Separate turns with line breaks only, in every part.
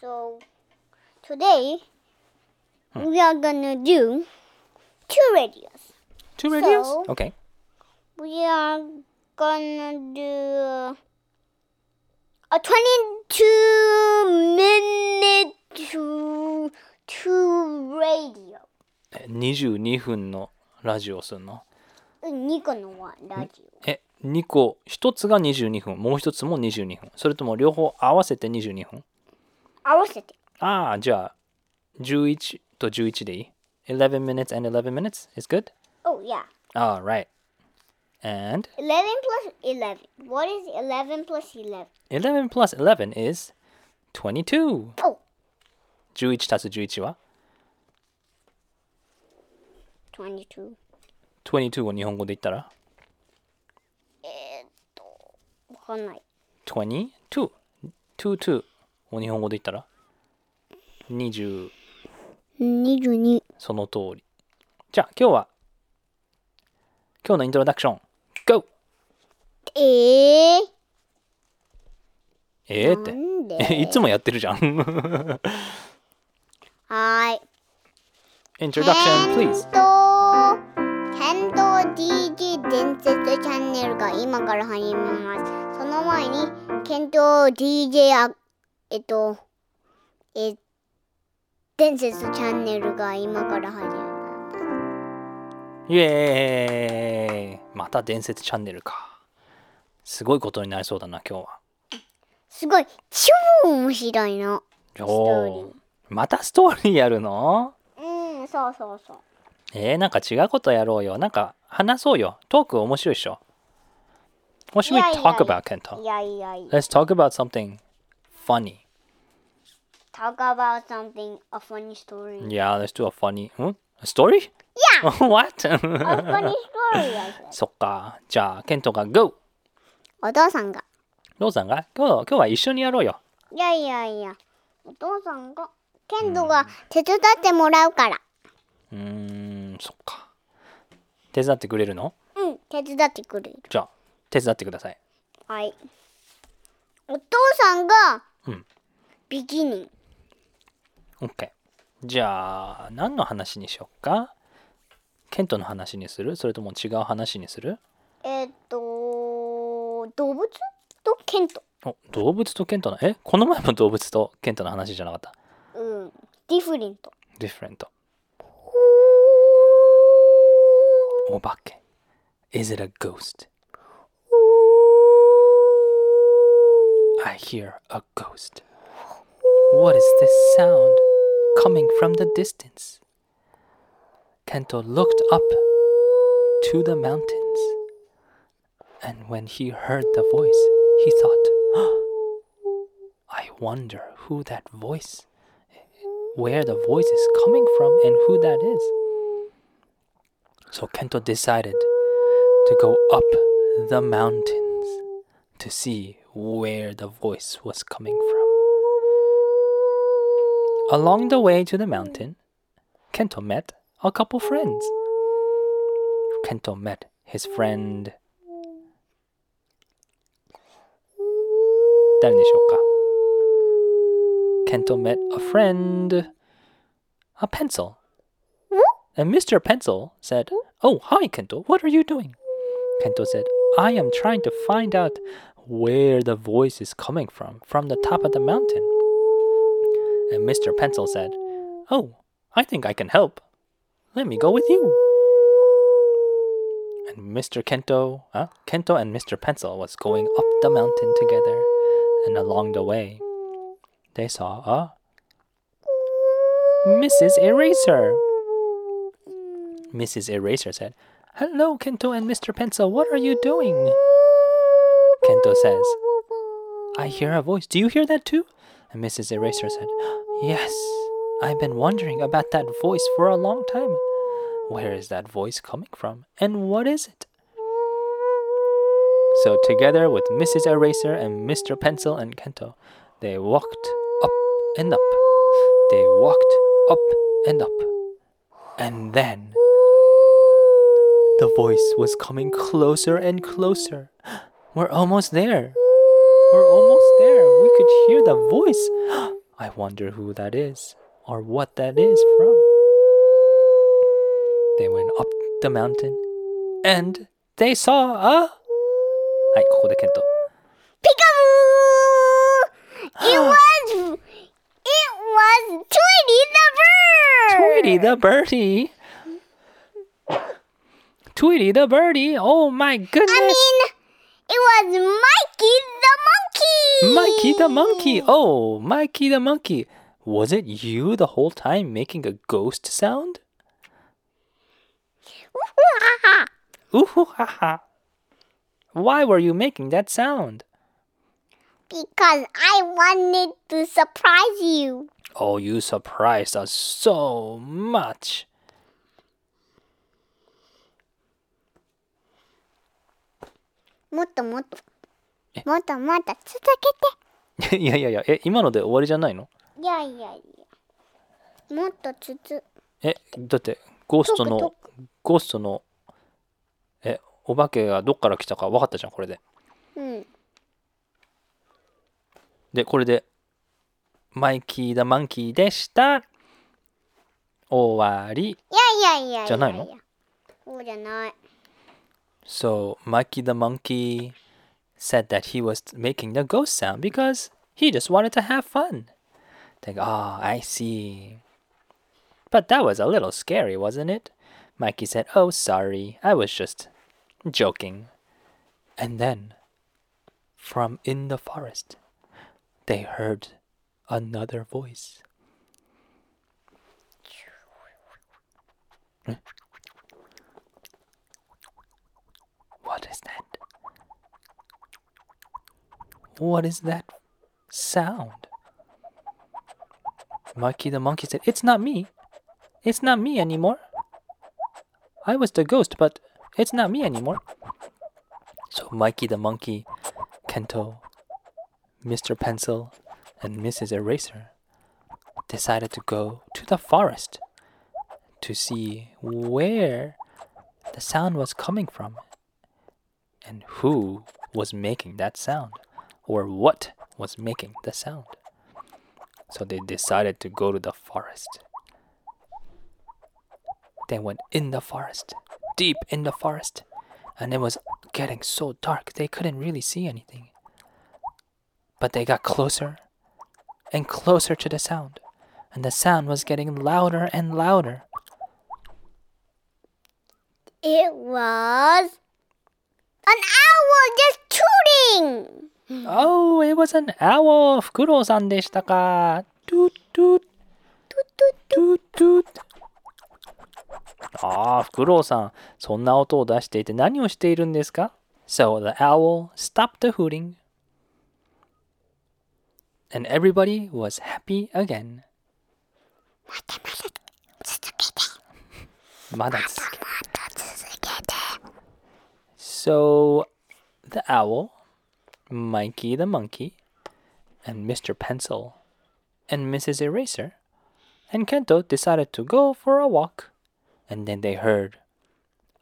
So today we are gonna do two radios.
Two radios?
So-
okay.
We are gonna do a 22 minute to, to radio.
え22分のラジオをするの
2個のはラジオ。
え、2個、1つが22分、もう1つも22分。それとも両方合わせて22分
合わせて。
ああ、じゃあ、11と11でいい ?11 minutes and 11 minutes is good?
Oh, yeah.
Alright. And
11 plus 11. What is 11 plus 11?
11 plus 11 is 22.
Oh,
11足す11は
22.
22を日本語で言ったら
えーっと、わかんない。
22。22を日本語で言ったら20
22。
その通り。じゃあ今日は今日のイントロダクション GO!
えー、
えー、っ
な
て
んで
いつもやってるじゃん。
は ーい。
Introduction
検
please!
討検討 DG 伝説チャンネルが今から始めます。その前に、検討 DJ あ、えっと、え、伝説チャンネルが今から始めます。
イエーイまた伝説チャンネルか。すごいことになりそうだな今日は。
すごい、超面白いの。
おーまたストーリーやるの
うん、そうそうそう。
えー、なんか違うことやろうよ。なんか話そうよ。トーク面白いっしょ。What should we
いやいやいや
talk about, Kento?
いやいやいや。
Let's talk about something funny.
Talk about something, a funny story.
Yeah, let's do a funny. ん A story? Yeah! What?
A funny story, I said.
そっか。じゃあ、ケントが GO!
お父さんが。
ローさんが今日今日は一緒にやろうよ。
いやいやいや。お父さんが。ケンドが手伝ってもらうから。
うーん、そっか。手伝ってくれるの
うん、手伝ってくれる。
じゃあ、手伝ってください。
はい。お父さんが、
うん
ビギニン。
OK。じゃあ、何の話にしよっかケントの話にするそれとも違う話にする
えーっと、動物とケント。
お動物とケントの、えこの前も動物とケントの話じゃなかった
うん、ディフリント。
?different. お化け。Is it a ghost? I hear a ghost. What is this sound coming from the distance? Kento looked up to the mountains. And when he heard the voice, he thought, I wonder who that voice, where the voice is coming from, and who that is. So Kento decided to go up the mountains to see where the voice was coming from. Along the way to the mountain, Kento met a couple friends. Kento met his friend. 誰でしょうか Kento met a friend, a pencil. And Mr. Pencil said, Oh, hi, Kento. What are you doing? Kento said, I am trying to find out where the voice is coming from, from the top of the mountain. And Mr. Pencil said, Oh, I think I can help. Let me go with you. And Mr. Kento, uh, Kento and Mr. Pencil was going up the mountain together, and along the way, they saw a Mrs. Eraser. Mrs. Eraser said, Hello, Kento and Mr. Pencil, what are you doing? Kento says, I hear a voice. Do you hear that too? And Mrs. Eraser said, Yes, I've been wondering about that voice for a long time. Where is that voice coming from? And what is it? So, together with Mrs. Eraser and Mr. Pencil and Kento, they walked up and up. They walked up and up. And then the voice was coming closer and closer. We're almost there. We're almost there. We could hear the voice. I wonder who that is or what that is from. They went up the mountain and they saw a. はい、ここでケント。
Peekaboo! It was it was Tweety the bird.
Tweety the birdie! Tweety the birdie! Oh my goodness!
I mean, it was Mikey the monkey.
Mikey the monkey. Oh, Mikey the monkey. Was it you the whole time making a ghost sound? Ooh ha ha. Why were you making that sound?
because I wanted to surprise you.
Oh, you surprised us so much.
もっともっと
え。
もっともっと続け
いやいやいや、え、今ので終わりじゃないの
て。いやいやいや。もっとつつ。
え、だって、ゴーストの
ト、
ゴーストの、え、お化けがどっから来たか分かったじゃん、これで。
うん。
で、これで、マイキーだマンキーでした。終わり。
いやいやいややや
じゃないの
そうじゃない。
So Mikey the monkey said that he was making the ghost sound because he just wanted to have fun. Think, ah, I see. But that was a little scary, wasn't it? Mikey said, oh, sorry, I was just joking. And then, from in the forest, they heard another voice. ん What is that? What is that sound? Mikey the monkey said, It's not me. It's not me anymore. I was the ghost, but it's not me anymore. So Mikey the monkey, Kento, Mr. Pencil, and Mrs. Eraser decided to go to the forest to see where the sound was coming from and who was making that sound or what was making the sound. So they decided to go to the forest. They went in the forest, deep in the forest, and it was getting so dark they couldn't really see anything. But they got closer and closer to the sound, and the sound was getting louder and louder.
It was an owl just tooting.
Oh, it was an owl. フクロウさんでしたか。トゥットゥットゥットゥッああ、フクロウさん、そんな音を出していて何をしているんですか ?So the owl stopped the hooting. And everybody was happy again. まだ続けて。So the owl Mikey the Monkey, and Mr. Pencil, and Mrs. Eraser, and Kento decided to go for a walk, and then they heard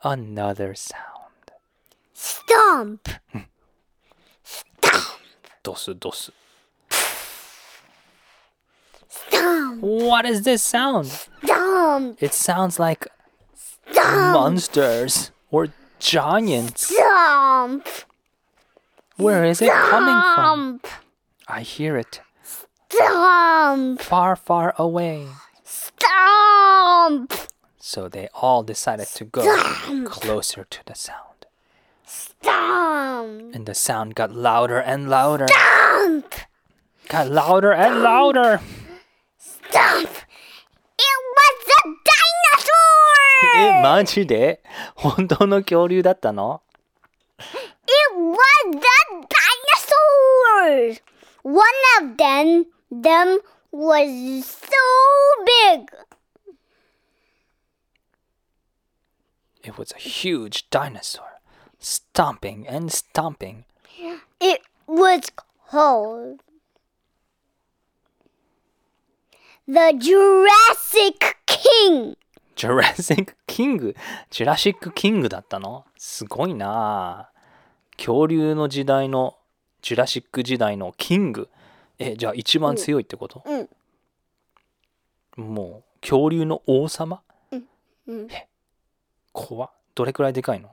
another sound.
Stomp.
ドスドス
Stomp.
What is this sound?
Stomp.
It sounds like
Stomp.
monsters or giants.
Stomp.
Where is it coming from?
Stomp.
I hear it
Stomp.
far, far away.
Stomp.
So they all decided to go closer to the sound.
Stomp.
And the sound got louder and louder. Got louder and louder.
Stomp. It was a dinosaur.
え、マジで本当の恐竜だったの
It was the dinosaurs. One of them, them was so big.
It was a huge dinosaur, stomping and stomping.
It was called the Jurassic King.
Jurassic King! ジュラシック・キングだったのすごいなあ恐竜の時代の、ジュラシック時代のキング。え、じゃあ一番強いってこと
うん
もう恐竜の王様
うん
怖っどれくらいでかいの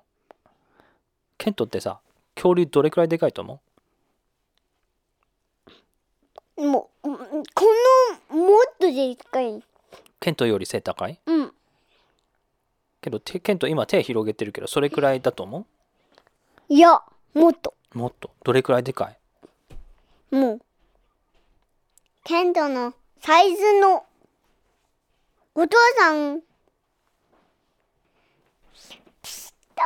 ケントってさ恐竜どれくらいでかいと思
もううんこのもっとでっかいう
ケントより背高い
うん
けどてケント今手広げてるけどそれくらいだと思
いやもっと
うもっとどれくらいでかい
もうケントのサイズのお父さんスト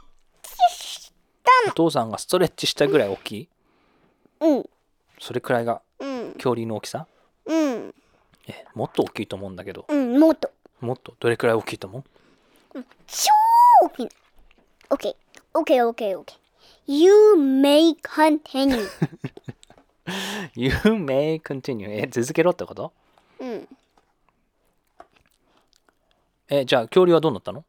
レッチし
お父さんがストレッチしたぐらい大きい
うん
それくらいが
うん
恐竜の大きさ
うん
えもっと大きいと思うんだけど
うんもっと
もっとどれくらい大きいと思う
超大きい OK OK OK OK You make continue
You may continue え続けろってこと
うん
えじゃあ恐竜はどうなったの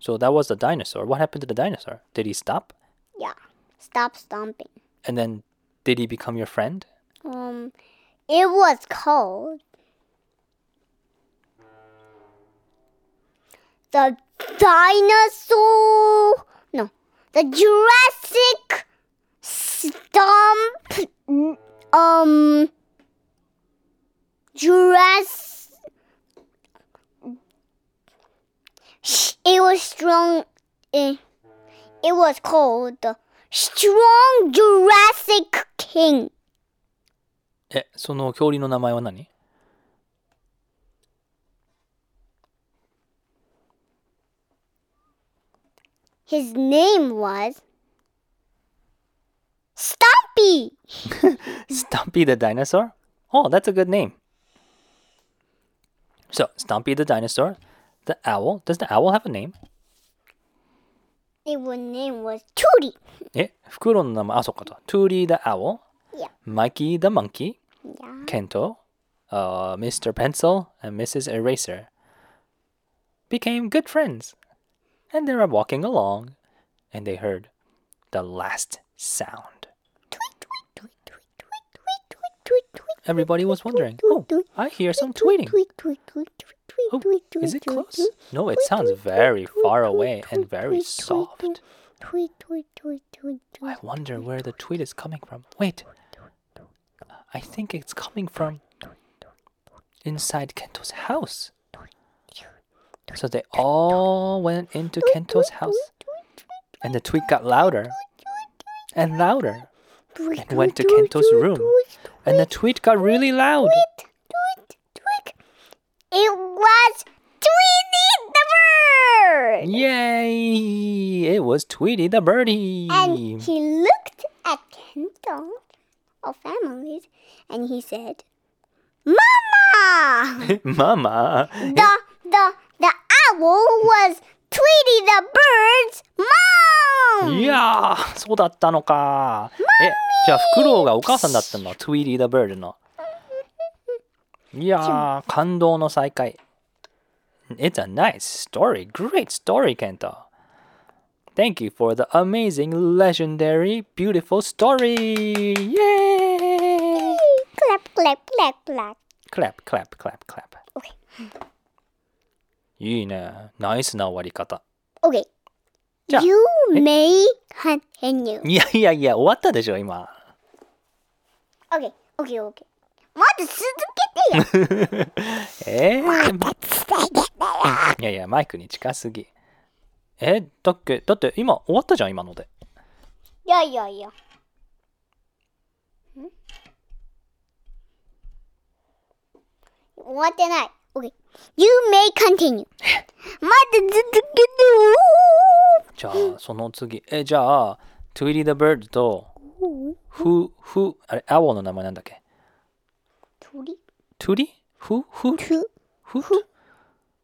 So that was the dinosaur. What happened to the dinosaur? Did he stop?
Yeah stop stomping
And then did he become your friend?
Um, it was called the dinosaur. No, the Jurassic stomp. Um, Jurassic. It was strong. eh, It was called the Strong Jurassic King.
え、その恐竜の名前 は何
His name was Stumpy.
Stumpy the Dinosaur? Oh, that's a good name. So, Stumpy the Dinosaur, the owl. Does the owl have a name?
His name was Tootie.
え、フクロウの名前、あ、そっかと。Tootie the owl,
Yeah.
Mikey the monkey,
Yeah.
Kento, uh, Mr. Pencil, and Mrs. Eraser became good friends. And they were walking along, and they heard the last sound.
Tweet, tweet, tweet, tweet, tweet, tweet, tweet, tweet, tweet.
Everybody was wondering, oh, I hear some tweeting.
Tweet, tweet, tweet, tweet, tweet,
Oh,
tweet, tweet,
is it
tweet,
close?
tweet,
No, it
tweet,
sounds
tweet,
very
tweet,
far
tweet,
away and
tweet,
very
tweet,
soft.
Tweet, tweet, tweet, tweet, tweet.
I wonder where the tweet is coming from. Wait. I think it's coming from inside Kento's house. So they all went into Kento's house, and the tweet got louder and louder,
Tweet,
and went to
tweet, tweet,
Kento's
tweet,
room,
tweet,
and the tweet got really loud.
tweet, tweet, tweet. It was Tweety the bird.
Yay! It was Tweety the birdie.
And he looked at Kento, our families, and he said, Mama!
Mama,
the, the, the owl was Tweety the bird's mom!
いやー、そうだったのか。え、じゃあ、フクロウがお母さんだったの、トゥイーリー・ダ・バールの。いやー、感動の再会。It's a nice story. Great story, Kento. Thank you for the amazing, legendary, beautiful story. Yay!
Clap, clap, clap, clap.
Clap, clap, clap, clap.
Okay.
いいね。ナイスな終わり方。
Okay.
Yeah.
You may continue.
いやいやいや、終わったでしょ、今。
Okay, okay, okay. まだ続けてよ。
えー、いやいや、マイクに近すぎ。え、だっけだって今終わったじゃん、今ので。
いやいやいや。終わってない。Okay. You may continue. まだ続けてよ。
じゃあ、その次。え、じゃあ、トゥイリー・ダ・バードと、フ、フ、あれ、アオの名前なんだっけ
鳥
トゥリフ、フ、
ふ
フ、フ、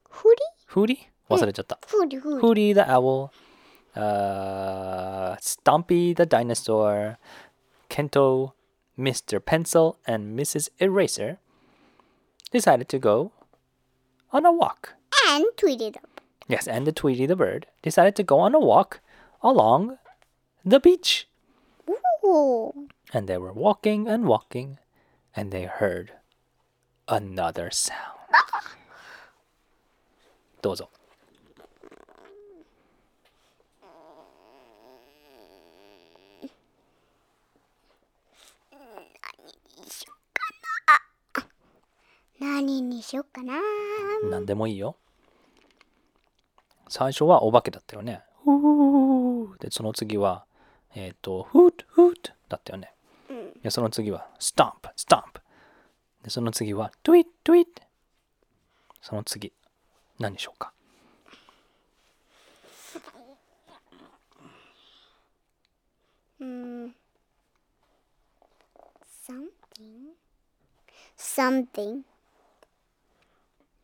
ふり
フリ忘れちゃった。
ふりふり。
フリー・ダ・アオ、あースタンピー・ダ・ダイナソー、ケント、Mr. Pencil, and Mrs. Eraser decided to go on a walk.
And tweeted up.
Yes, and the Tweety the bird decided to go on a walk along the beach.
Ooh.
And they were walking and walking and they heard another sound. どうぞ。
何にしよっかな
何でもいいよ。最初はお化けだったよね。で、その次は、えっ、と、フートフートだったよね。で、その次は、スタンプ、スタンプ。で、その次は、トゥイッ、トゥイッ。その次、何でしょうか
うん something something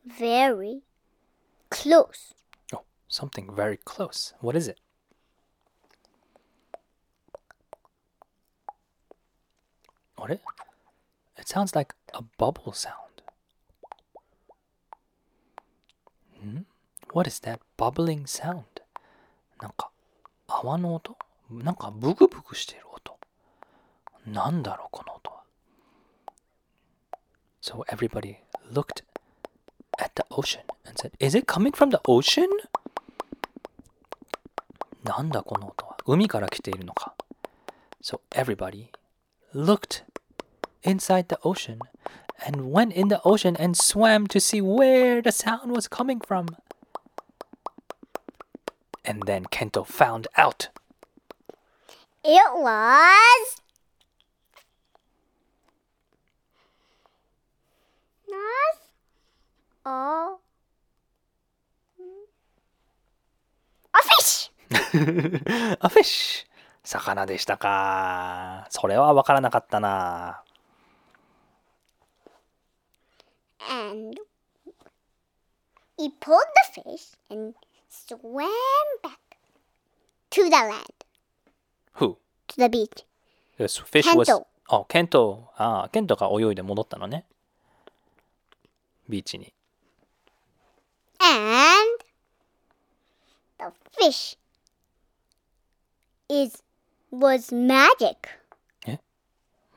very close
Oh, something very close. What is it? What it? It sounds like a bubble sound. Hmm? What is that bubbling sound? なんか泡の音なんかブクブクしてる音なんだろうこの音は So everybody looked at the ocean and said, Is it coming from the ocean? なんだこの音は海から来ているのか So everybody looked inside the ocean and went in the ocean and swam to see where the sound was coming from. And then Kento found out.
it was なんあ a fish
A fish! 魚でしたか。それはわからなかったな。
and he pulled the fish and swam back to the land,
Who?
to the beach.
Yes, fish
ケン
was.
ト
あ、ケント。ああ、ケントが泳いで戻ったのね。ビーチに。
And the fish is was magic.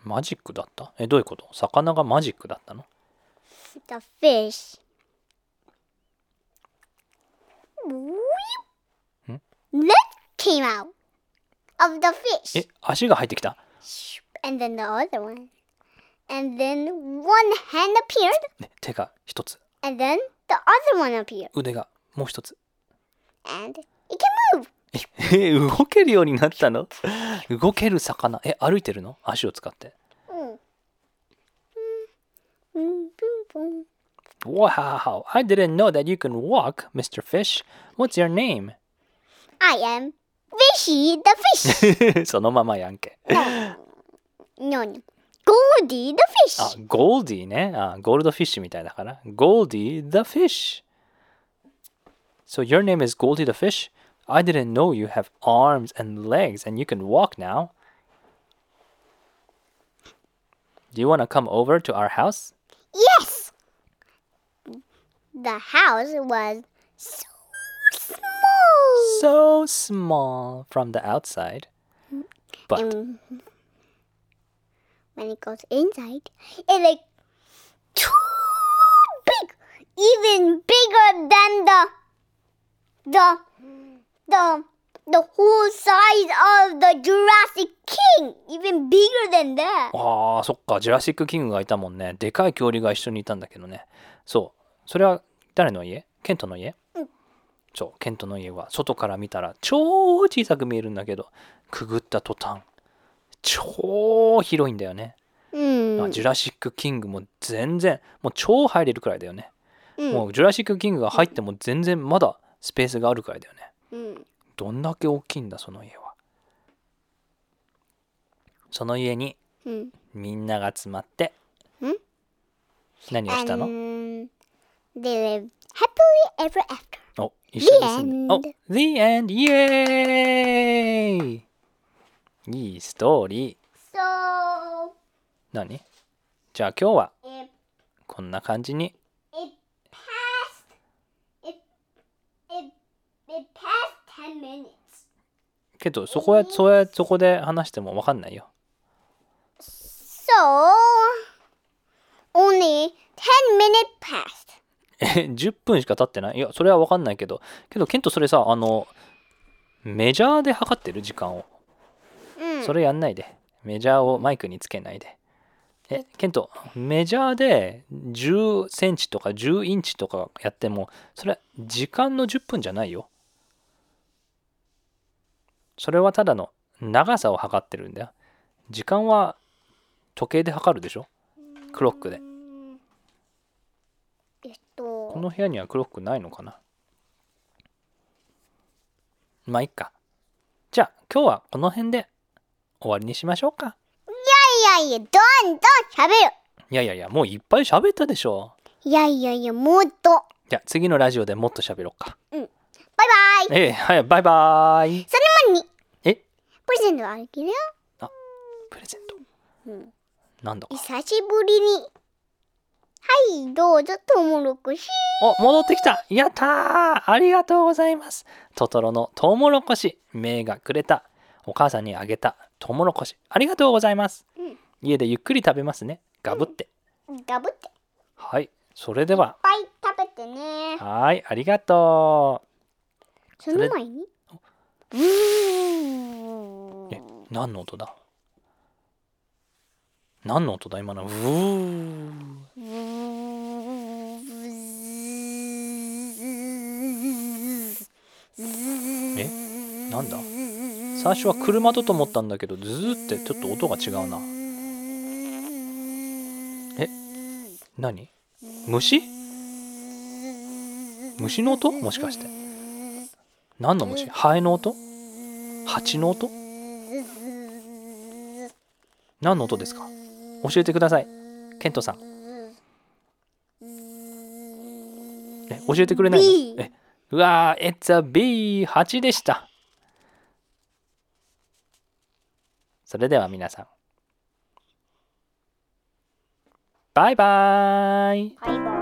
マジックだったえ、どういうこと魚がマジックだったの
The fish. Let came out of the fish.
え、足が入ってきた
And then the other one. And then one hand appeared,
ね、手が一つ。
and then the other one appeared.
腕がもう一つ。
And it can move.
え、動けるようになったの動ける魚。え、歩いてるの足を使って。
Mm. Mm, boom, boom.
Wow, I didn't know that you can walk, Mr. Fish. What's your name?
I am Fishy the fish.
そのままやんけ。
no, no. Goldie the fish.
あ、ゴールディね。あ、ゴールドフィッシュみたいだから。ゴールディ the fish. So your name is Goldie the fish? I didn't know you have arms and legs and you can walk now. Do you want to come over to our house?
Yes. The house was so small.
So small from the outside. But
And when it goes inside, it like too big, even bigger than the the the the whole size of the Jurassic King, even bigger than that.
ああ、そっか、ジュラシック・キングがいたもんね。でかい恐竜が一緒にいたんだけどね。そう。それは誰の家ケントの家
うん
そう、ケントの家は外から見たら超小さく見えるんだけど、くぐった途端、超広いんだよね。あ
Mm.
ジュラシック・キングも全然、もう超入れるくらいだよね。
うん
もうジュラシック・キングが入っても全然まだスペースがあるくらいだよね。
Mm.
どんだけ大きいんだ、その家は。その家に
Mm.
みんなが集まって
ん
何をしたの
And they lived happily ever after.
お一緒に住んで
The
お The end! イエーイいいストーリー
So
何じゃあ今日は
it
こんな感じに
it passed it it it passed ten minutes.
けどそこへそこへそこで話しても分かんないよ
So only 10 minutes passed.
え10分しか経ってないいやそれは分かんないけどけどケントそれさあのメジャーで測ってる時間を
うん。
それやんないでメジャーをマイクにつけないでえケントメジャーで10センチとか10インチとかやってもそれは時間の10分じゃないよそれはただの長さを測ってるんだよ時間は時計で測るでしょクロックで
えっと。
この部屋にはクロックないのかなまあいっかじゃあ今日はこの辺で終わりにしましょうか
いやいや、どんどん喋る。
いやいやいやもういっぱい喋ったでしょ
いやいやいや、もっと。
じゃあ次のラジオでもっと喋ろうか
バイバイ。
ええはいバイバーイ
それまでに、
え
プレゼントあげるよ。
プレゼント
うん
なんだか
久しぶりに。はい、どうぞ、とうもろこし。
お戻ってきたやったーありがとうございますトトロのトウモロコシメイがくれたお母さんにあげたトウモロコシありがとうございます、
うん
家でゆっくり食べますねガブって、
ガブって。いっ
はいそれでは
ぱい食べてね。
はい、ありがと
その前に。う
う。え
ーん。、
何の音だ何の音だ今の。うー
음.
えなんだ最初は車だと思ったんだけど、ズーってちょっと音が違うな。え、何虫虫の音もしかして。何の虫ハエの音蜂の音何の音ですか教えてください。ケントさん。え、教えてくれない
ビ
の
ー
え、うわー、It's a bee! 蜂でした。それでは皆さん。バイバーイ
バイバイ。